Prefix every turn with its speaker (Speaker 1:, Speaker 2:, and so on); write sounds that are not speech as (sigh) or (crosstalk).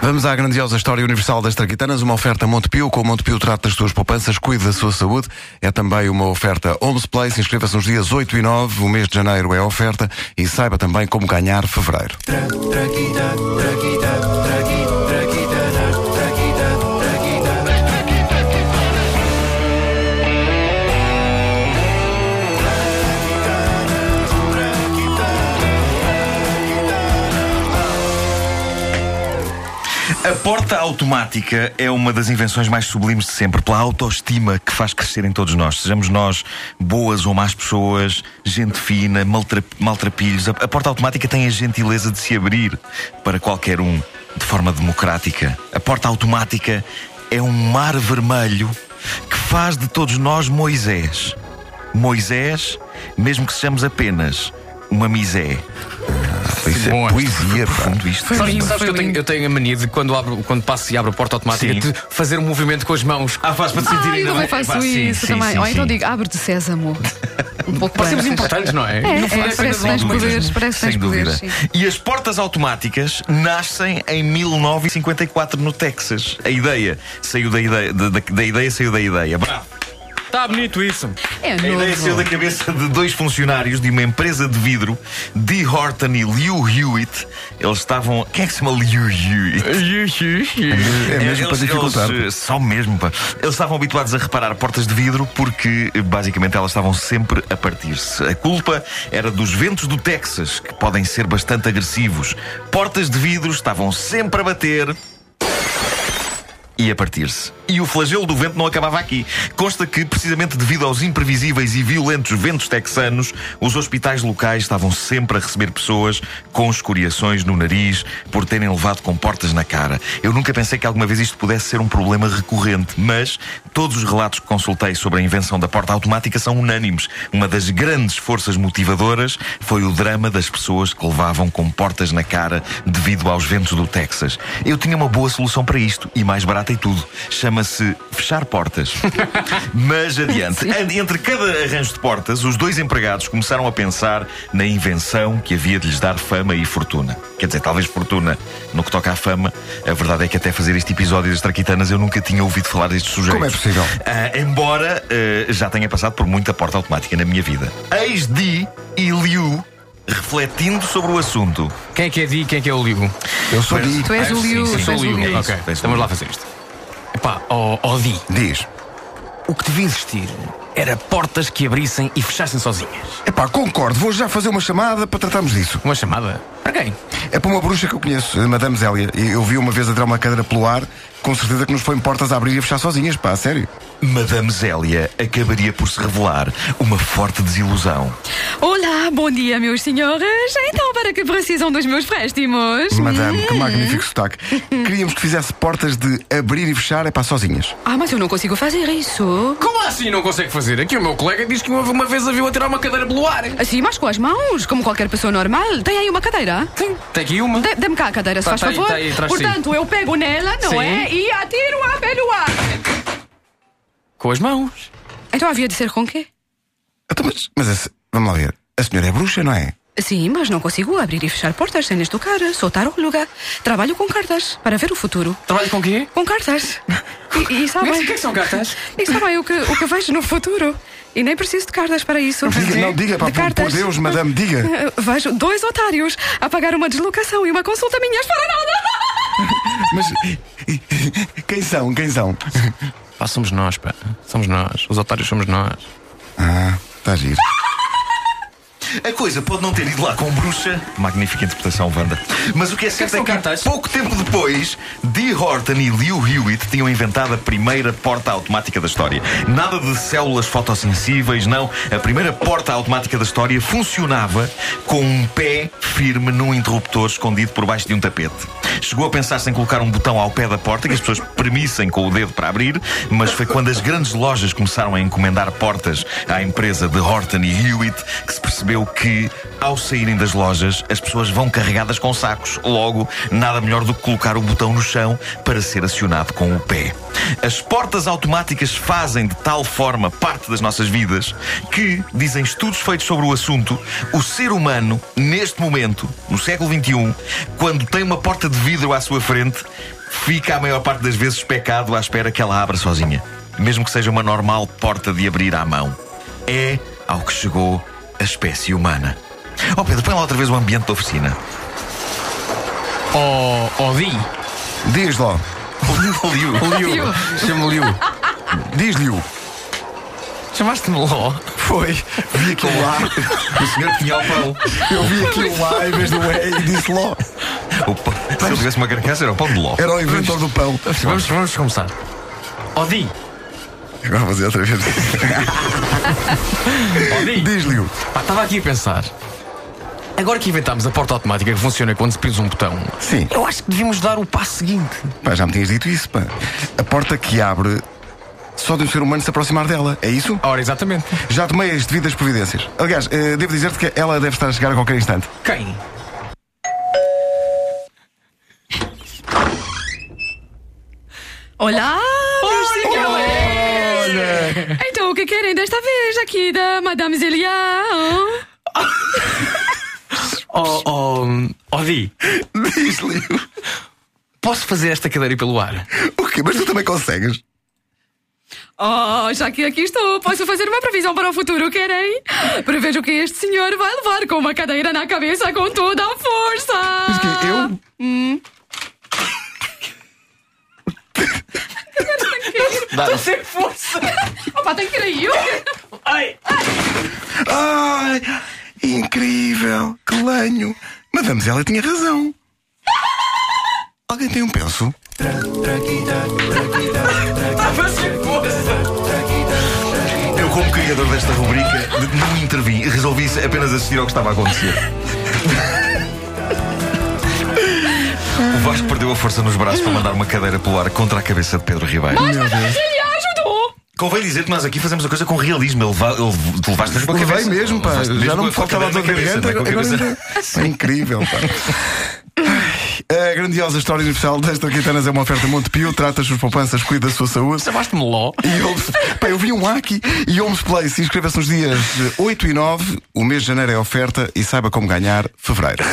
Speaker 1: Vamos à grandiosa história universal das Traquitanas, uma oferta Montepio. Com o Montepio trata das suas poupanças, cuide da sua saúde. É também uma oferta Homes Place. Inscreva-se nos dias 8 e 9. O mês de janeiro é a oferta e saiba também como ganhar fevereiro.
Speaker 2: A porta automática é uma das invenções mais sublimes de sempre, pela autoestima que faz crescer em todos nós. Sejamos nós boas ou más pessoas, gente fina, maltra- maltrapilhos. A, a porta automática tem a gentileza de se abrir para qualquer um, de forma democrática. A porta automática é um mar vermelho que faz de todos nós Moisés. Moisés, mesmo que sejamos apenas uma misé.
Speaker 1: Isso
Speaker 3: bom,
Speaker 1: é poesia, pá.
Speaker 2: Fundo isto.
Speaker 3: Sabes,
Speaker 4: lindo,
Speaker 3: sabes
Speaker 4: foi
Speaker 3: que eu tenho,
Speaker 4: lindo.
Speaker 3: eu tenho a mania de quando, abro, quando passo e abro a porta automática
Speaker 2: Sim.
Speaker 3: de fazer um movimento com as mãos.
Speaker 2: Ah, faz para te sentir
Speaker 4: Ah, eu
Speaker 2: ainda
Speaker 4: também
Speaker 2: mais-
Speaker 4: faço
Speaker 2: Epá, sim,
Speaker 4: isso
Speaker 2: sim,
Speaker 4: também.
Speaker 2: sim,
Speaker 4: Ou então
Speaker 2: sim.
Speaker 4: digo,
Speaker 2: (laughs)
Speaker 4: abre-te, Sésamo. Um pouco
Speaker 3: Parecemos
Speaker 4: para-
Speaker 3: importantes, não é?
Speaker 4: É,
Speaker 3: No fundo,
Speaker 4: é,
Speaker 3: apenas
Speaker 4: parece
Speaker 3: um
Speaker 4: que tens
Speaker 3: movimento.
Speaker 4: poderes, parece que
Speaker 2: Sem
Speaker 4: tens poderes.
Speaker 2: dúvida.
Speaker 4: sim.
Speaker 2: E as portas automáticas nascem em 1954 no Texas. A ideia saiu da ideia, da, da- da ideia saiu da ideia. Bravo.
Speaker 3: Está tá bonito isso.
Speaker 4: É
Speaker 2: A ideia saiu
Speaker 4: novo.
Speaker 2: da cabeça de dois funcionários de uma empresa de vidro, Dee Horton e Liu Hewitt. Eles estavam. Quem é que se chama Liu Hewitt?
Speaker 1: É mesmo para
Speaker 2: Eles-
Speaker 1: dificultar.
Speaker 2: eles, eh, só mesmo, pá. Eles estavam habituados a reparar portas de vidro porque, eh, basicamente, elas estavam sempre a partir-se. A culpa era dos ventos do Texas, que podem ser bastante agressivos. Portas de vidro estavam sempre a bater. E a partir-se. E o flagelo do vento não acabava aqui. Consta que, precisamente devido aos imprevisíveis e violentos ventos texanos, os hospitais locais estavam sempre a receber pessoas com escoriações no nariz por terem levado com portas na cara. Eu nunca pensei que alguma vez isto pudesse ser um problema recorrente, mas todos os relatos que consultei sobre a invenção da porta automática são unânimes. Uma das grandes forças motivadoras foi o drama das pessoas que levavam com portas na cara devido aos ventos do Texas. Eu tinha uma boa solução para isto e mais barata e tudo. Chama-se fechar portas. Mas adiante. An- Entre cada arranjo de portas, os dois empregados começaram a pensar na invenção que havia de lhes dar fama e fortuna. Quer dizer, talvez fortuna no que toca à fama. A verdade é que até fazer este episódio das Traquitanas eu nunca tinha ouvido falar destes sujeitos.
Speaker 1: Como é possível?
Speaker 2: Ah, embora ah, já tenha passado por muita porta automática na minha vida. Eis Di e Liu refletindo sobre o assunto.
Speaker 3: Quem é que é Di e quem é que é o Ligo?
Speaker 1: Eu sou de.
Speaker 3: É,
Speaker 4: Tu és o Liu,
Speaker 2: sim, sim,
Speaker 4: tu és
Speaker 2: sou
Speaker 4: o
Speaker 2: o Liu.
Speaker 4: Liu.
Speaker 2: É isso,
Speaker 3: ok,
Speaker 2: fez
Speaker 3: vamos
Speaker 2: um-
Speaker 3: lá fazer isto. Epá, ó ó, Di,
Speaker 1: Diz.
Speaker 3: o que devia existir era portas que abrissem e fechassem sozinhas.
Speaker 1: Epá, concordo, vou já fazer uma chamada para tratarmos disso.
Speaker 3: Uma chamada? Para quem?
Speaker 1: É para uma bruxa que eu conheço, a Madame Zélia. E eu vi uma vez a tirar uma cadeira pelo ar, com certeza que nos põe portas a abrir e a fechar sozinhas, pá, a sério.
Speaker 2: Madame Zélia acabaria por se revelar uma forte desilusão.
Speaker 4: Olá, bom dia, meus senhores. Então, para que precisam dos meus préstimos?
Speaker 1: Madame, que magnífico sotaque. Queríamos que fizesse portas de abrir e fechar, é pá, sozinhas.
Speaker 4: Ah, mas eu não consigo fazer isso.
Speaker 3: Como assim não consegue fazer? Aqui o meu colega diz que uma, uma vez a viu a tirar uma cadeira pelo ar.
Speaker 4: Assim, mas com as mãos, como qualquer pessoa normal. Tem aí uma cadeira?
Speaker 3: Sim, tem aqui uma.
Speaker 4: Dê- Dê-me cá a cadeira, se
Speaker 3: Tá-
Speaker 4: faz
Speaker 3: tá aí,
Speaker 4: favor.
Speaker 3: tá aí, traz sim.
Speaker 4: Portanto, eu pego nela, não
Speaker 3: Sim.
Speaker 4: é? E atiro-a pelo ar.
Speaker 3: Com as mãos.
Speaker 4: Então havia de ser com quê?
Speaker 1: Então, mas, mas a se- vamos lá ver. A senhora é bruxa, não é?
Speaker 4: Sim, mas não consigo abrir e fechar portas sem lhes tocar. Sou taróloga. Trabalho com cartas para ver o futuro.
Speaker 3: Trabalho com quê?
Speaker 1: (laughs)
Speaker 4: Com cartas. E, e sabem.
Speaker 3: Mas o que é que são cartas?
Speaker 4: E sabem o que, o que vejo no futuro. E nem preciso de cartas para isso.
Speaker 1: Diga, não diga, pá,
Speaker 4: De
Speaker 1: por, por
Speaker 4: cartas.
Speaker 1: Deus, madame, diga.
Speaker 4: Eh, (laughs) Vejo dois otários a pagar uma deslocação e uma consulta minhas para nada.
Speaker 1: Mas (laughs) quem são? Quem são?
Speaker 3: Pá, somos nós, pá. Somos nós. Os otários somos nós.
Speaker 1: Ah, está giro.
Speaker 2: A coisa pode não ter ido lá com bruxa. Magnífica interpretação, Wanda. Mas o que é certo
Speaker 3: são
Speaker 2: é que
Speaker 3: cartazes?
Speaker 2: pouco tempo depois, Dee Horton e Liu Hewitt tinham inventado a primeira porta automática da história. Nada de células fotossensíveis, não. A primeira porta automática da história funcionava com um pé firme num interruptor escondido por baixo de um tapete. Chegou a pensar-se em colocar um botão ao pé da porta que as pessoas premissem com o dedo para abrir, mas foi quando as grandes lojas começaram a encomendar portas à empresa de Horton e Hewitt que se percebeu que Ao saírem das lojas, as pessoas vão carregadas com sacos. Logo, nada melhor do que colocar o botão no chão para ser acionado com o pé. As portas automáticas fazem de tal forma parte das nossas vidas que, dizem estudos feitos sobre o assunto, o ser humano, neste momento, no século XXI, quando tem uma porta de vidro à sua frente, fica a maior parte das vezes pecado à espera que ela abra sozinha. Mesmo que seja uma normal porta de abrir à mão. É ao que chegou a espécie humana. Oh Pedro, põe lá outra vez o ambiente da oficina. (laughs)
Speaker 3: Oh, oh Di,
Speaker 1: Diz lá.
Speaker 2: Liu,
Speaker 1: Liu. Chama-me Liu. Diz Liu.
Speaker 3: chamaste-me Ló?
Speaker 1: Foi. Vi aquilo lá.
Speaker 2: o senhor que tinha o pão.
Speaker 1: Eu vi aquilo lá em vez do E e disse Ló.
Speaker 2: O pão. Se ele tivesse uma carcaça, era o pão de ló.
Speaker 1: Era o inventor do pão.
Speaker 3: Vamos, vamos começar. Oh Di,
Speaker 1: Agora vou fazer outra vez.
Speaker 3: oh Di.
Speaker 1: Diz Liu.
Speaker 3: Pá, Estava aqui a pensar. Agora que inventámos a porta automática que funciona quando se pisa um botão,
Speaker 1: Sim.
Speaker 3: eu acho que devíamos dar o passo seguinte.
Speaker 1: Pá, já me tinhas dito isso, pá. A porta que abre só de um ser humano se aproximar dela. É isso?
Speaker 3: Ora, exatamente.
Speaker 1: Já tomei as devidas providências. Aliás, eh, devo dizer-te que ela deve estar a chegar a qualquer instante.
Speaker 3: Quem?
Speaker 4: Olá, meus senhores!
Speaker 1: Olha!
Speaker 4: Então, o que querem desta vez aqui da Madame Zelião?
Speaker 3: Oh, oh, oh Di,
Speaker 1: Diz Liu.
Speaker 3: posso fazer esta cadeira ir pelo ar?
Speaker 1: O quê? Mas tu também consegues?
Speaker 4: Oh, já que aqui estou, posso fazer uma previsão para o futuro, querem? Prevejo que este senhor vai levar com uma cadeira na cabeça com toda a força! Hum.
Speaker 1: Mas que eu?
Speaker 3: Estou sem força!
Speaker 4: Opa, tem que ir aí!
Speaker 3: Ai!
Speaker 1: Ai! Incrível! Que lenho! Madame ela tinha razão. Alguém tem um penso?
Speaker 3: Estava sem força!
Speaker 2: Eu, como criador desta rubrica, não intervim. Resolvi apenas assistir ao que estava a acontecer. O Vasco perdeu a força nos braços para mandar uma cadeira pelo ar contra a cabeça de Pedro Ribeiro.
Speaker 4: Ele ajudou!
Speaker 2: Convém dizer que nós aqui fazemos a coisa com realismo. Ele leva, ele, tu levaste mesmo com a
Speaker 1: Levei
Speaker 2: cabeça.
Speaker 1: mesmo, pá.
Speaker 2: Levaste
Speaker 1: Já
Speaker 2: mesmo
Speaker 1: não me
Speaker 2: com a
Speaker 1: faltava a dor de
Speaker 2: cadeira na
Speaker 1: garganta.
Speaker 2: cabeça, não é? Com a
Speaker 1: agora
Speaker 2: cabeça.
Speaker 1: já- É incrível, pá. (laughs) Ai, A grandiosa história universal das Traquitanas é uma oferta Montepio. Trata as suas poupanças, cuida da sua saúde.
Speaker 3: Chamaste-me Ló?
Speaker 1: E Homes, pá, eu vi um aqui e Homes Place. Inscreva-se nos dias 8 e 9. O mês de janeiro é oferta e saiba como ganhar fevereiro.